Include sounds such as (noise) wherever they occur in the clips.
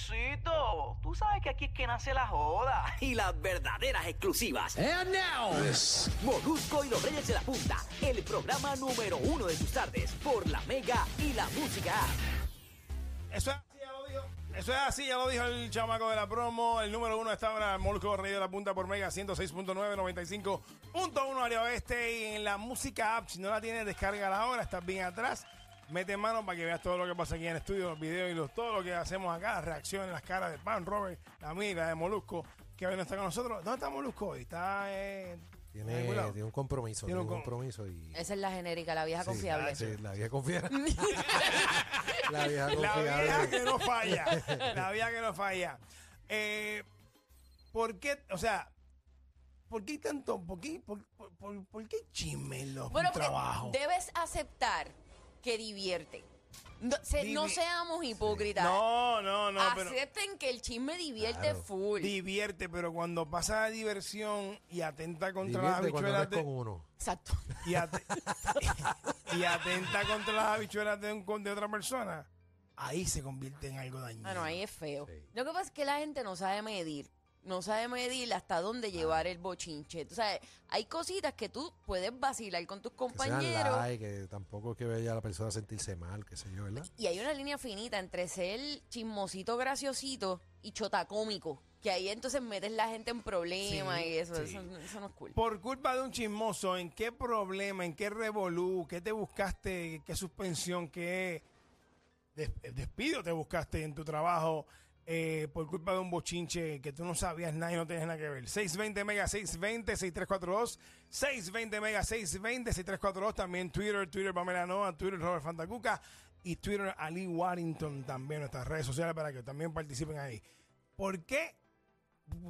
Andresito, tú sabes que aquí es que nace la joda y las verdaderas exclusivas. And now. Molusco y los Reyes de la Punta, el programa número uno de tus tardes por la Mega y la Música. (laughs) App. Eso es así, ya lo dijo. Eso es así, ya lo dijo el chamaco de la promo. El número uno está ahora Molusco Rey de la Punta por Mega 106.9, 95.1 área oeste. Y en la música app, si no la tienes, descárgala ahora, estás bien atrás. Mete mano para que veas todo lo que pasa aquí en el estudio, los videos y los- todo lo que hacemos acá, las reacciones, las caras de Pan, Robert, la mía y la de Molusco, que hoy no está con nosotros. ¿Dónde está Molusco hoy? Está en. en Tiene, algún lado. tiene un compromiso, Tiene tiene un un com- compromiso y Esa es la genérica, la vieja Sí, confiable. sí, la vieja confiable. la (laughs) La vieja vieja que confiable. no falla. (laughs) La vieja que no falla. Eh, ¿Por qué? O sea, ¿por qué hay tanto? ¿Por qué, por, por- por- por qué hay chisme en los (laughs) Bueno, porque trabajos? debes aceptar que divierte. No, se- Divi- no seamos hipócritas. No, no, no, pero Acepten que el chisme divierte full. divierte, pero cuando pasa la diversión y atenta contra las Divierte cuando no habichuelas es de, con uno. Exacto. y, ate- (laughs) y atenta contra las habichuelas de, un- con- de otra persona, ahí se convierte en algo dañino. Ah, no, ahí es feo. Lo que pasa es que la gente no sabe medir. No sabe medir hasta dónde llevar el bochinche. Tú sabes, hay cositas que tú puedes vacilar con tus Que sean compañeros. like, que tampoco es que vea a la persona sentirse mal, qué sé yo, ¿verdad? Y hay una línea finita entre ser chismosito graciosito y chotacómico. Que ahí entonces metes la gente en problemas Sí, y eso, sí. eso, no- eso no es cool. Por culpa de un chismoso, ¿en qué problema, en qué revolú, qué te buscaste, qué suspensión, qué des- despido te buscaste en tu trabajo eh, por culpa de un bochinche que tú no sabías nada y no tenías nada que ver? 620 Mega 620 6342 620 Mega 620 6342 también Twitter, Twitter Pamela Noa, Twitter Robert Fantacuca y Twitter Ali Warrington también, nuestras redes sociales para que también participen ahí. ¿Por qué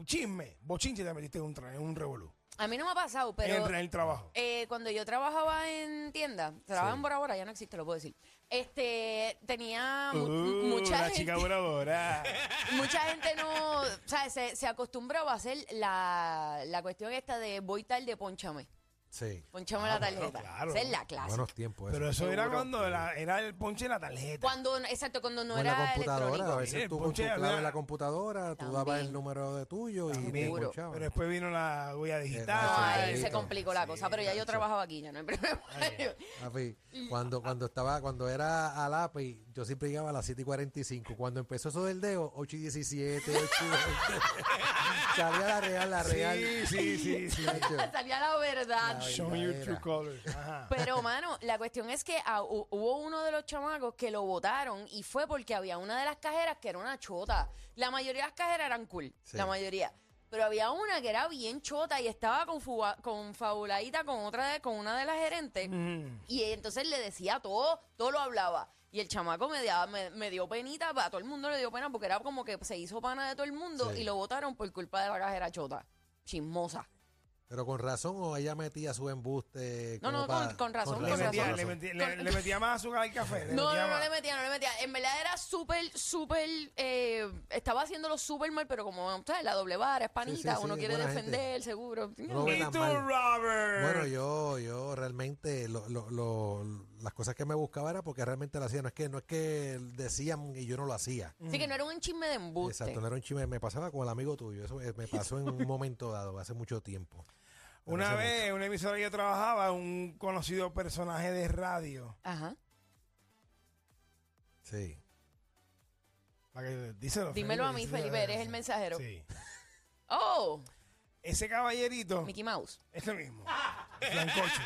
chisme, bochinche te metiste en un, tra- en un revolú? A mí no me ha pasado, pero en el trabajo. eh, cuando yo trabajaba en tienda, trabajaba Sí. en Bora Bora, ya no existe, lo puedo decir. Este, tenía mu- Uh, mucha la gente. chica (laughs) voladora. (laughs) mucha gente no, o sea, se, se acostumbraba a hacer la, la cuestión esta de voy tarde, ponchame. Sí. Ponchame Ah, la tarjeta. bueno, claro. Esa es la clase. Buenos tiempos. Pero eso. eso era Seguro. cuando la- era el ponche de la tarjeta. cuando, exacto, cuando no O en era la computadora, a electrónico. veces El tú con tu ponche clave era- en la computadora, tú dabas También. el número de tuyo y También. te Seguro. ponchaban. Pero después vino la huella digital. No, No, Ah, eh, ahí se Chaito. complicó la cosa, pero ya yo Chaito. trabajaba aquí, ya no hay (laughs) problema. Papi, cuando, cuando estaba, cuando era a lápiz, yo siempre llegaba a las 7 y 45. Cuando empezó eso del dedo, 8 y 17, 8 y 20. (laughs) Salía la real, la real. Sí, sí, sí, sí. Chacho. Salía la verdad. La Show your verdadera. true colors. Ajá. (laughs) Pero, mano, la cuestión es que ah, hu- hubo uno de los chamacos que lo votaron y fue porque había una de las cajeras que era una chota. La mayoría de las cajeras eran cool, Sí. la mayoría. Pero había una que era bien chota y estaba confuga- confabuladita con otra de, con una de las gerentes. Mm. Y entonces le decía todo, todo lo hablaba. Y el chamaco me, daba- me, me dio penita, a todo el mundo le dio pena porque era como que se hizo pana de todo el mundo Sí. y lo votaron por culpa de la cajera chota. Chismosa. Pero con razón o ella metía su embuste. No, como no, pa- con- con razón, Le con metía, razón. le, metía, le- le metía más azúcar al café. le No, metía no, no más. le metía, no le metía. En verdad era súper, súper. eh, estaba haciéndolo súper mal, pero como, ¿sabes? La doble vara, es panita, sí, uno sí, quiere buena defender, gente. seguro. No ¿Y Tan tú, mal. Robert? Bueno, yo, yo realmente lo- lo- lo- las cosas que me buscaba era porque realmente lo hacía. No es que, no es que decían y yo no lo hacía. Así que no era un chisme de embuste. Exacto, no era un chisme. Me pasaba con el amigo tuyo. Eso eh, me pasó en un momento dado, hace mucho tiempo. Pero Una hace vez en una emisora que yo trabajaba, un conocido personaje de radio. Ajá. mucho. Sí. Para que- díselo, Dímelo a mí, díselo. Felipe, eres el mensajero. Sí. Oh, Ese caballerito. Mickey Mouse. Este mismo. Blancocho.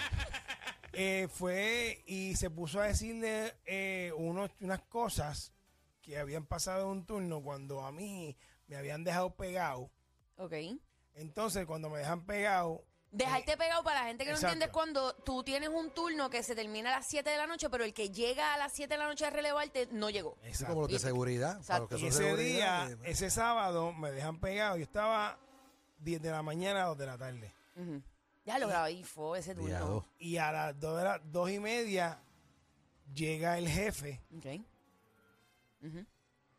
Eh, fue y se puso a decirle eh, unos- unas cosas que habían pasado en un turno cuando a mí me habían dejado pegado. Ok. Entonces, cuando me dejan pegado, Eh, Dejarte pegado para la gente que exacto. no entiende es cuando tú tienes un turno que se termina a las 7 de la noche, pero el que llega a las 7 de la noche a relevarte no llegó. Sí, como los de Y- seguridad. para los que y son ese seguridad, día, eh, ese sábado, me dejan pegado. Yo estaba 10 de la mañana a 2 de la tarde. Ujú. Ya Eh, lo grabé, y fue ese día turno. dos. Y a las 2, de la- 2 y media llega el jefe, Ok.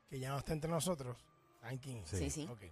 que ya no está entre nosotros, Rankin. Sí. Sí, sí. Ok.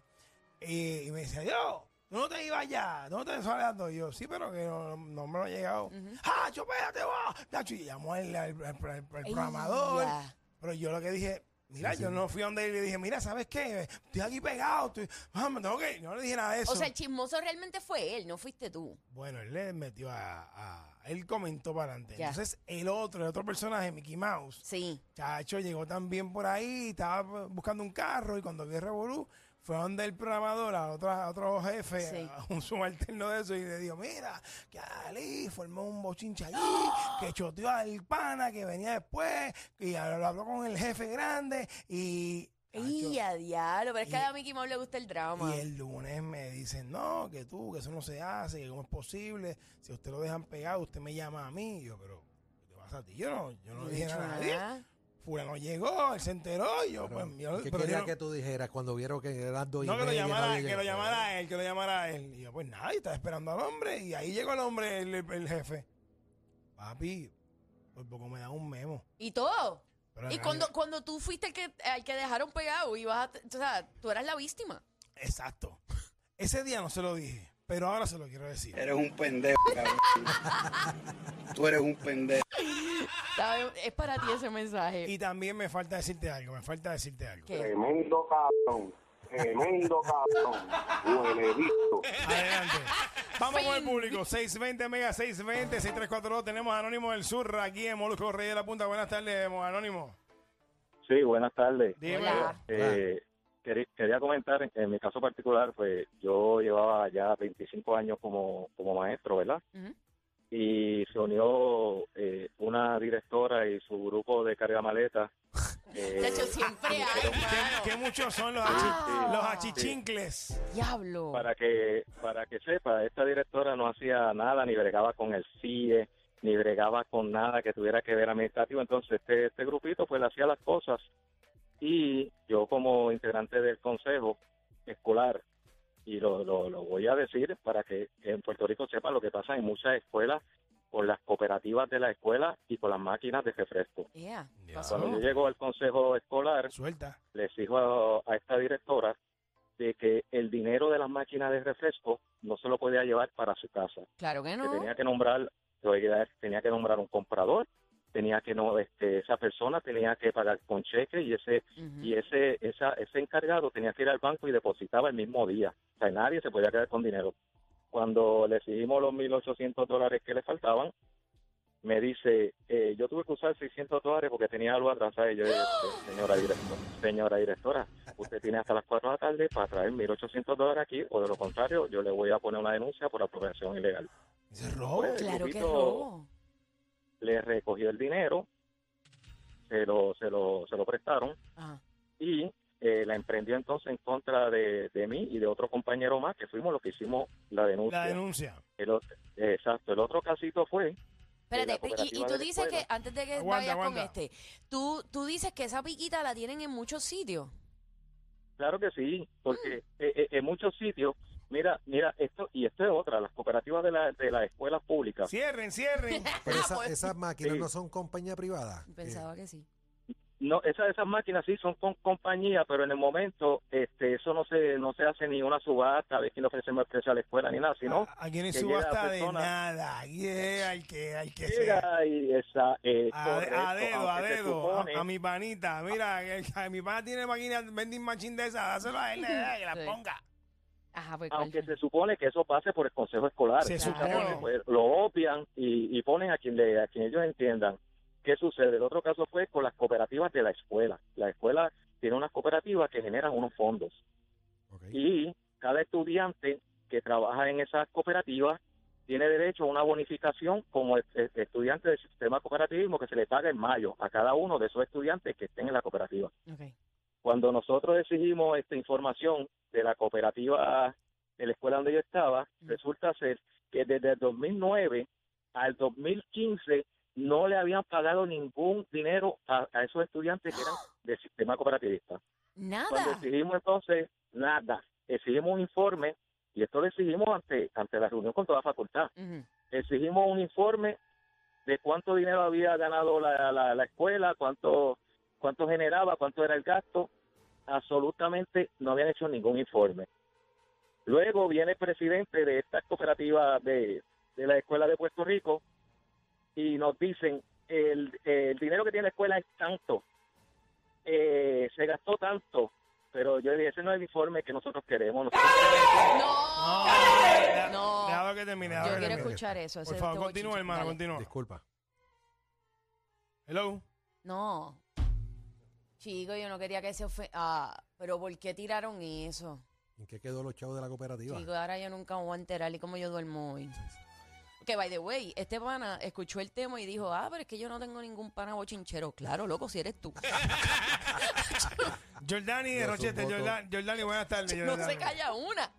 Y, y me decía, yo, tú no te ibas ya, tú no te estás hablando. Y yo, sí, pero que no, no me lo ha llegado. ¡Ah, yo, espérate, va! Nacho, Y llamó al, al- al- al- al Ey, programador. ya. Pero yo lo que dije, Mira, yo no fui a donde él y le dije, mira, ¿sabes qué? Estoy aquí pegado, estoy... Ah, me tengo que ir". Yo no le dije nada de eso. O sea, el chismoso realmente fue él, no fuiste tú. Bueno, él le metió a, a- Él comentó para adelante. Ya. Entonces, el otro, el otro personaje, Mickey Mouse, Sí. chacho, llegó también por ahí, estaba buscando un carro y cuando vio Revolú, fue a donde el programador, a otro, a otro jefe, Sí. a (laughs) un subalterno de eso, y le dijo, mira, que Ali formó un bochinche allí, ¡Ah! que choteó al pana que venía después, y habló, habló con el jefe grande, y... Ah, chacho, Y a diablo, pero es que Y- a Mickey Mouse le gusta el drama. y el lunes me dicen, no, que tú, que eso no se hace, que cómo es posible. Si usted lo dejan pegado, usted me llama a mí. Y yo, pero, ¿qué te pasa a ti? Yo no, yo no he dije dicho nada a nadie. nada. Fulano llegó, él se enteró. Y yo, pues, yo, ¿Qué pero quería yo no- que tú dijeras cuando vieron que eran dos y no, que lo media, llamara, nadie que lo llegó? llamara a él, que lo llamara a él. Y yo, pues nada, y estaba esperando al hombre. Y ahí llegó el hombre, el, el jefe. Papi, por poco me da un memo. Y todo. Pero Y en cuando, realidad- cuando tú fuiste el que, al que dejaron pegado y vas a, o sea, tú eras la víctima. Exacto. Ese día no se lo dije, pero ahora se lo quiero decir. Eh, Eres un pendejo, cabrón. Tú eres un pendejo. ¿Sabes? Es para ti ese mensaje. Y también me falta decirte algo, me falta decirte algo. eh. ¿Qué? Tremendo cabrón. Tremendo cabrón. Huele bicho. (laughs) Adelante. Vamos con el Fin. público. 620 Mega 620 6342. Tenemos a Anónimo del Sur aquí en Molusco Rey de la Punta. Buenas tardes, mo- Anónimo. Sí, buenas tardes. Dime. Hola. Eh, queri- quería comentar, en mi caso particular, pues yo llevaba ya 25 años como, como maestro, ¿verdad? Ujú. Y se unió eh, una directora y su grupo de carga maleta. eh, (laughs) De hecho, (laughs) siempre hay, mano. Que muchos son los, Ah. achi- eh, los achichincles. Diablo. para que para que sepa, esta directora no hacía nada, ni bregaba con el CIE, ni bregaba con nada que tuviera que ver administrativo. Entonces, este, este grupito pues le hacía las cosas. Y yo como integrante del consejo escolar, y lo, lo, lo voy a decir para que en Puerto Rico sepa lo que pasa en muchas escuelas con las cooperativas de la escuela y con las máquinas de refresco. Ea, Ya. pasó. Cuando yo llego al consejo escolar, Suelta. le exijo a, a esta directora de que el dinero de las máquinas de refresco no se lo podía llevar para su casa, Claro que que no. tenía que nombrar, tenía que nombrar un comprador, tenía que no, este, esa persona tenía que pagar con cheque y ese Ujú. y ese esa, ese encargado tenía que ir al banco y depositaba el mismo día, o sea, nadie se podía quedar con dinero. Cuando le exigimos los 1.800 dólares que le faltaban, me dice, eh, yo tuve que usar 600 dólares porque tenía algo atrasado. Y yo, este, señora directora, señora directora, usted tiene hasta las 4 de la tarde para traer 1.800 dólares aquí, o de lo contrario, yo le voy a poner una denuncia por apropiación ilegal. Ese robo. Pues, Claro que Lupito, no. Le recogió el dinero, se lo, se lo, se lo prestaron, Ajá. y eh, la emprendió entonces en contra de, de mí y de otro compañero más que fuimos los que hicimos la denuncia. La denuncia. El o- exacto, el otro casito fue la Espérate, y- y, cooperativa tú de la dices que, escuela. antes de que Aguanta, vayas aguanta. con este, tú, tú dices que esa piquita la tienen en muchos sitios. Claro que sí, porque Mm. eh, eh, en muchos sitios, mira, mira esto y esto es otra, las cooperativas de la de las escuelas públicas. Cierren, cierren. Pero Ah, esa- pues. esas máquinas Sí. no son compañía privada. Pensaba que sí. No, esas esas máquinas sí son con compañía, pero en el momento este eso no se no se hace ni una subasta, a ver quién le ofrece más precio a la escuela ni nada, sino A- Aquí no hay que llega subasta la de persona- nada. Aquí es al que, al que sea. llega y esa eh, A, a correcto, dedo, a aunque se dedo. A- supone- A, mi panita. Ah. Mira, que- que mi pana tiene máquina vending machine de esa. Dáselo a él, (laughs) eh, que la Sí. ponga. Ajá, pues ¿cuál aunque fue? se supone que eso pase por el consejo escolar. Se Muchas supone. veces, pues, lo obvian y, y ponen a quien, le, a quien ellos entiendan. ¿Qué sucede? El otro caso fue con las cooperativas de la escuela. La escuela tiene unas cooperativas que generan unos fondos Eh, Ok. y cada estudiante que trabaja en esas cooperativas tiene derecho a una bonificación como es- es- estudiante del sistema cooperativismo que se le paga en mayo a cada uno de esos estudiantes que estén en la cooperativa Ok. cuando nosotros exigimos esta información de la cooperativa de la escuela donde yo estaba, resulta ser que desde el 2009 al 2015 no le habían pagado ningún dinero a, a esos estudiantes que eran del sistema cooperativista. Cuando Nada. exigimos entonces, nada, exigimos un informe y esto lo exigimos ante, ante la reunión con toda la facultad Ujú. exigimos un informe de cuánto dinero había ganado la, la- la escuela, cuánto, cuánto generaba, cuánto era el gasto. Absolutamente no habían hecho ningún informe. Luego viene el presidente de esta cooperativa de, de la escuela de Puerto Rico y nos dicen, el, el dinero que tiene la escuela es tanto. eh, se gastó tanto, pero yo dije, ese no es el informe que nosotros queremos. Nosotros No, deja- No. Déjalo que termine. yo déjalo que quiero termine. escuchar eso. Por ese favor, todo continúa, chicha. hermano, Dale. continúa. Disculpa. Hello. No. Chico, yo no quería que se ofe... Ah, pero ¿por qué tiraron eso? ¿En qué quedó los chavos de la cooperativa? Chico, ahora yo nunca me voy a enterar y cómo yo duermo hoy. Que, by the way, este pana escuchó el tema y dijo, ah, pero es que yo no tengo ningún pana bochinchero. Claro, loco, (laughs) si eres tú. Jordani de Yo Rochester. soy voto. Jordan- Jordani, buenas tardes. No se Jordani. calla una.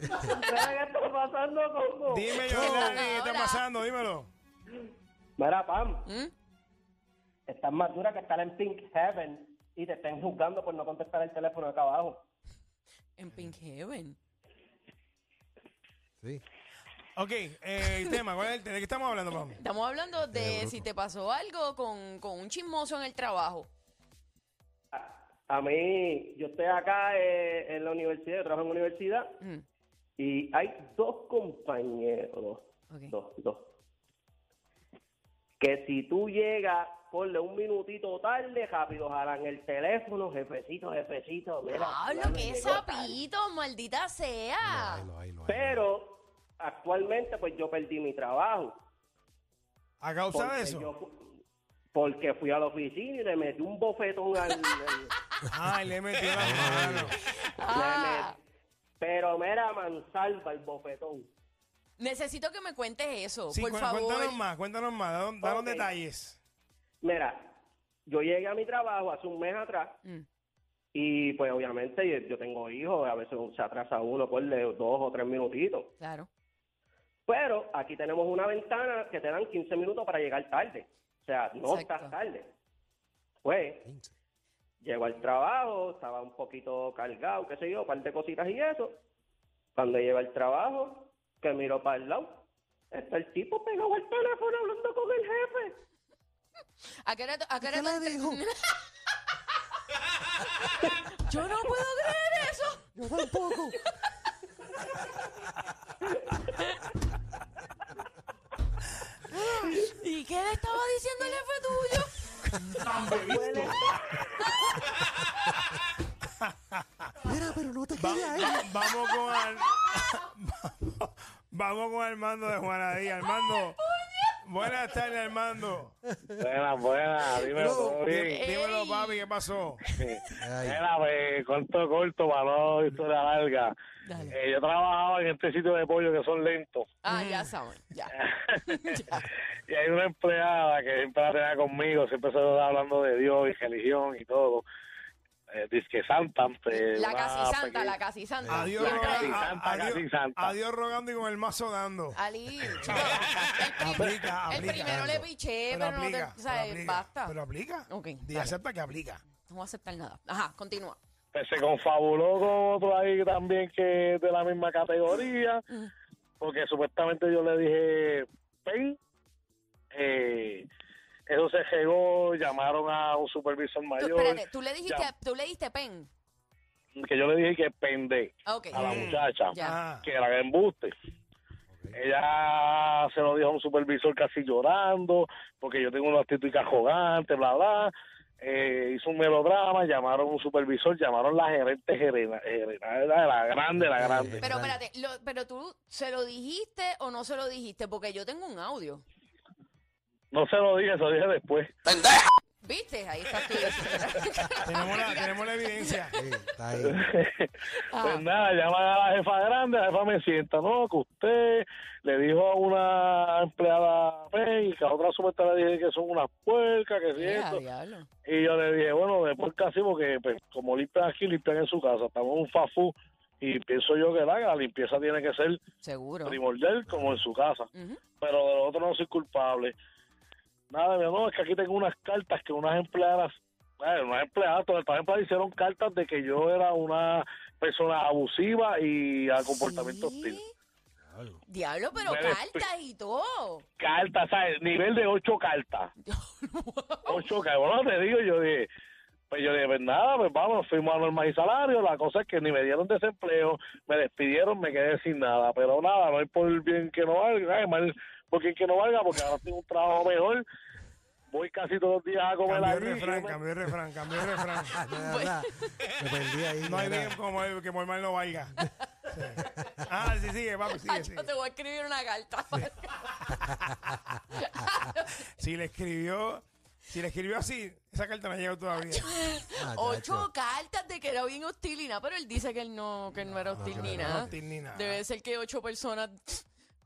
¿Qué está pasando, Coco? Dime, Jordani, ¿qué está Ahora. pasando? Dímelo. Mira, Pam, ¿Mm? estás más dura que estar en Pink Heaven y te estén juzgando por no contestar el teléfono de acá abajo. En Pink Heaven. Sí. Ok, eh, tema, ¿cuál es el tema? ¿De qué estamos hablando, Pam? Estamos hablando Qué de bruto. si te pasó algo con, con un chismoso en el trabajo. A mí, yo estoy acá eh, en la universidad, yo trabajo en la universidad Mm, y hay dos compañeros, dos, ok. dos, dos, que si tú llegas, ponle un minutito tarde, rápido jalan el teléfono, jefecito, jefecito, mira. Pablo, fulano qué llegó tarde. sapito, maldita sea. Ahí lo, ahí lo, ahí lo. Pero actualmente pues yo perdí mi trabajo. ¿A causa de eso? yo fu- porque fui a la oficina y le metí un bofetón al... al- Ay, le he metido la mano. Ah, le metí- pero mira, mansalva el bofetón. necesito que me cuentes eso, Sí, por cu- favor. cuéntanos más, cuéntanos más, danos, danos Ok. detalles. Mira, yo llegué a mi trabajo hace un mes atrás Mm. y pues obviamente yo, yo tengo hijos, a veces se atrasa uno por dos o tres minutitos. Claro. Pero aquí tenemos una ventana que te dan 15 minutos para llegar tarde. O sea, no Exacto. estás tarde. Pues Llego al trabajo, estaba un poquito cargado, qué sé yo, un par de cositas y eso. Cuando llego al trabajo, que miro para el lado, está el tipo pegado al teléfono hablando con el jefe. ¿A qué hora, tú- a qué hora ¿Qué tú le entre- (laughs) dijo? Yo no puedo creer eso. Yo tampoco. ¿Y qué le estaba diciendo el jefe tuyo? Ah, Mira, pero no te Va- quedes ¿eh? ahí. vamos con Al- vamos- (laughs) vamos con Armando de Juanadí. Armando, buenas tardes, Armando. Buenas, buenas, dímelo No, todo bien. Ey. Dímelo, papi, ¿qué pasó? Ay, Mira, pues, corto, corto, para no historia larga. Dale. Eh, yo trabajaba en este sitio de pollo que son lentos. Ah, ya saben, ya. y hay una empleada que siempre la tenía conmigo, siempre se estaba hablando de Dios y religión y todo. Eh, dice que Santa. pues, La una casi santa, pequeña- la casi santa. Adiós, La casi roga- a- santa, adiós- casi santa. adiós rogando y con el mazo dando. Ali, chico, el, prim- Aplica, el aplica, primero le Aldo. piché, eh, pero, no te, o sea, pero aplica, basta. Pero aplica. Ok, Y dale. acepta que aplica. No voy a aceptar nada. Ajá, continúa. Pues se confabuló con otro ahí también que es de la misma categoría, Mm. porque supuestamente yo le dije, ven, eh, eso se llegó, llamaron a un supervisor Tú, mayor, espérate, tú le dijiste, ya. tú le diste pen. que yo le dije que pende Ah, Ok. a la Mm, muchacha, ya. Ajá. que era embuste. Ella se lo dijo a un supervisor casi llorando, porque yo tengo una actitud arrogante, bla, bla. Eh, hizo un melodrama, llamaron a un supervisor, llamaron la gerente, gerena, gerena, la, la grande, la grande. Pero Dale. espérate, lo- pero tú se lo dijiste o no se lo dijiste, porque yo tengo un audio. No se lo dije, se lo dije después. ¿Viste? Ahí está tú. diciendo. Tenemos la, tenemos la evidencia. sí, está ahí. (laughs) Ah, Pues nada, llaman a la jefa grande, la jefa me sienta, no, que usted le dijo a una empleada "Ven", y que a otra supuesta le dije que son unas puercas, que si eh, a esto. diablo. Y yo le dije, bueno, después casi porque pues, como limpian aquí, limpian en su casa. Estamos en un fafú y pienso yo que la, la limpieza tiene que ser Seguro. primordial como en su casa. Ujú. Pero de lo otro no soy culpable. Nada, mi amor, es que aquí tengo unas cartas que unas empleadas, bueno, unas empleadas, todas las empleadas hicieron cartas de que yo era una persona abusiva y a comportamiento Sí. hostil. Diablo, pero Me despe- cartas y todo. Cartas, ¿sabes? Nivel de ocho cartas. ocho cartas. Bueno, te digo, yo dije, pues yo dije, pues nada, pues vamos, fuimos a normas y salario. La cosa es que ni me dieron desempleo, me despidieron, me quedé sin nada. Pero nada, no es por el bien que no valga, es mal por quien que no valga, porque ahora tengo un trabajo mejor. voy casi todos los días a comer Cambió el ahí, refrán, yo me- cambió el refrán, cambió el (laughs) refrán. Ah, de Pues, verdad. Me perdí ahí. No hay ¿verdad? bien como el- que por mal no (laughs) valga. Sí. Ah, sí, Ah, sigue, papi, Ah, sigue, sigue. yo te voy a escribir una carta. Pues, Si le escribió, si le escribió así, esa carta no ha llegado todavía. Ah, Ocho chacho. cartas de que era bien hostil y nada, pero él dice que él no, que no era hostil ni No, nada. hostil ni nada. Debe ser que ocho personas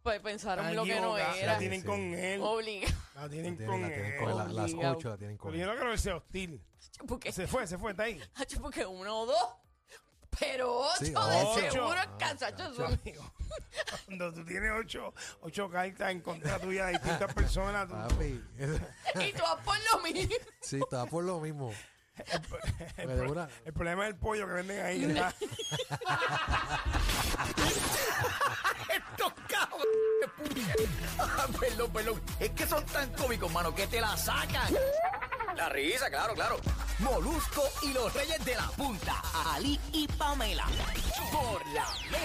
pues, pensaron Están lo que no equivocadas, era. La tienen Sí, sí. con él. Obligado. La tienen La tienen- con la tienen con él. la- las Obligado. ocho la tienen con Pero yo él. no creo que sea hostil. (laughs) Porque, Se fue, se fue, está ahí. hacho, porque uno o dos. Pero ocho Sí, de ocho. seguro Ah, cansacho Yo son. (laughs) digo, Cuando tú tienes ocho, ocho cartas en contra tuya de distintas personas, tú- Papi, Y tú vas por lo mismo. sí, estaba por lo mismo. (laughs) el, Pero pro- una- el problema es el pollo que venden (laughs) ahí. ¿verdad? Estos cabros de puñet- Ah, Perdón, perdón. Es que son tan cómicos, mano, que te la sacan. La risa, claro, claro. Molusco y los reyes de la punta. Ali y Pamela. Por la mega.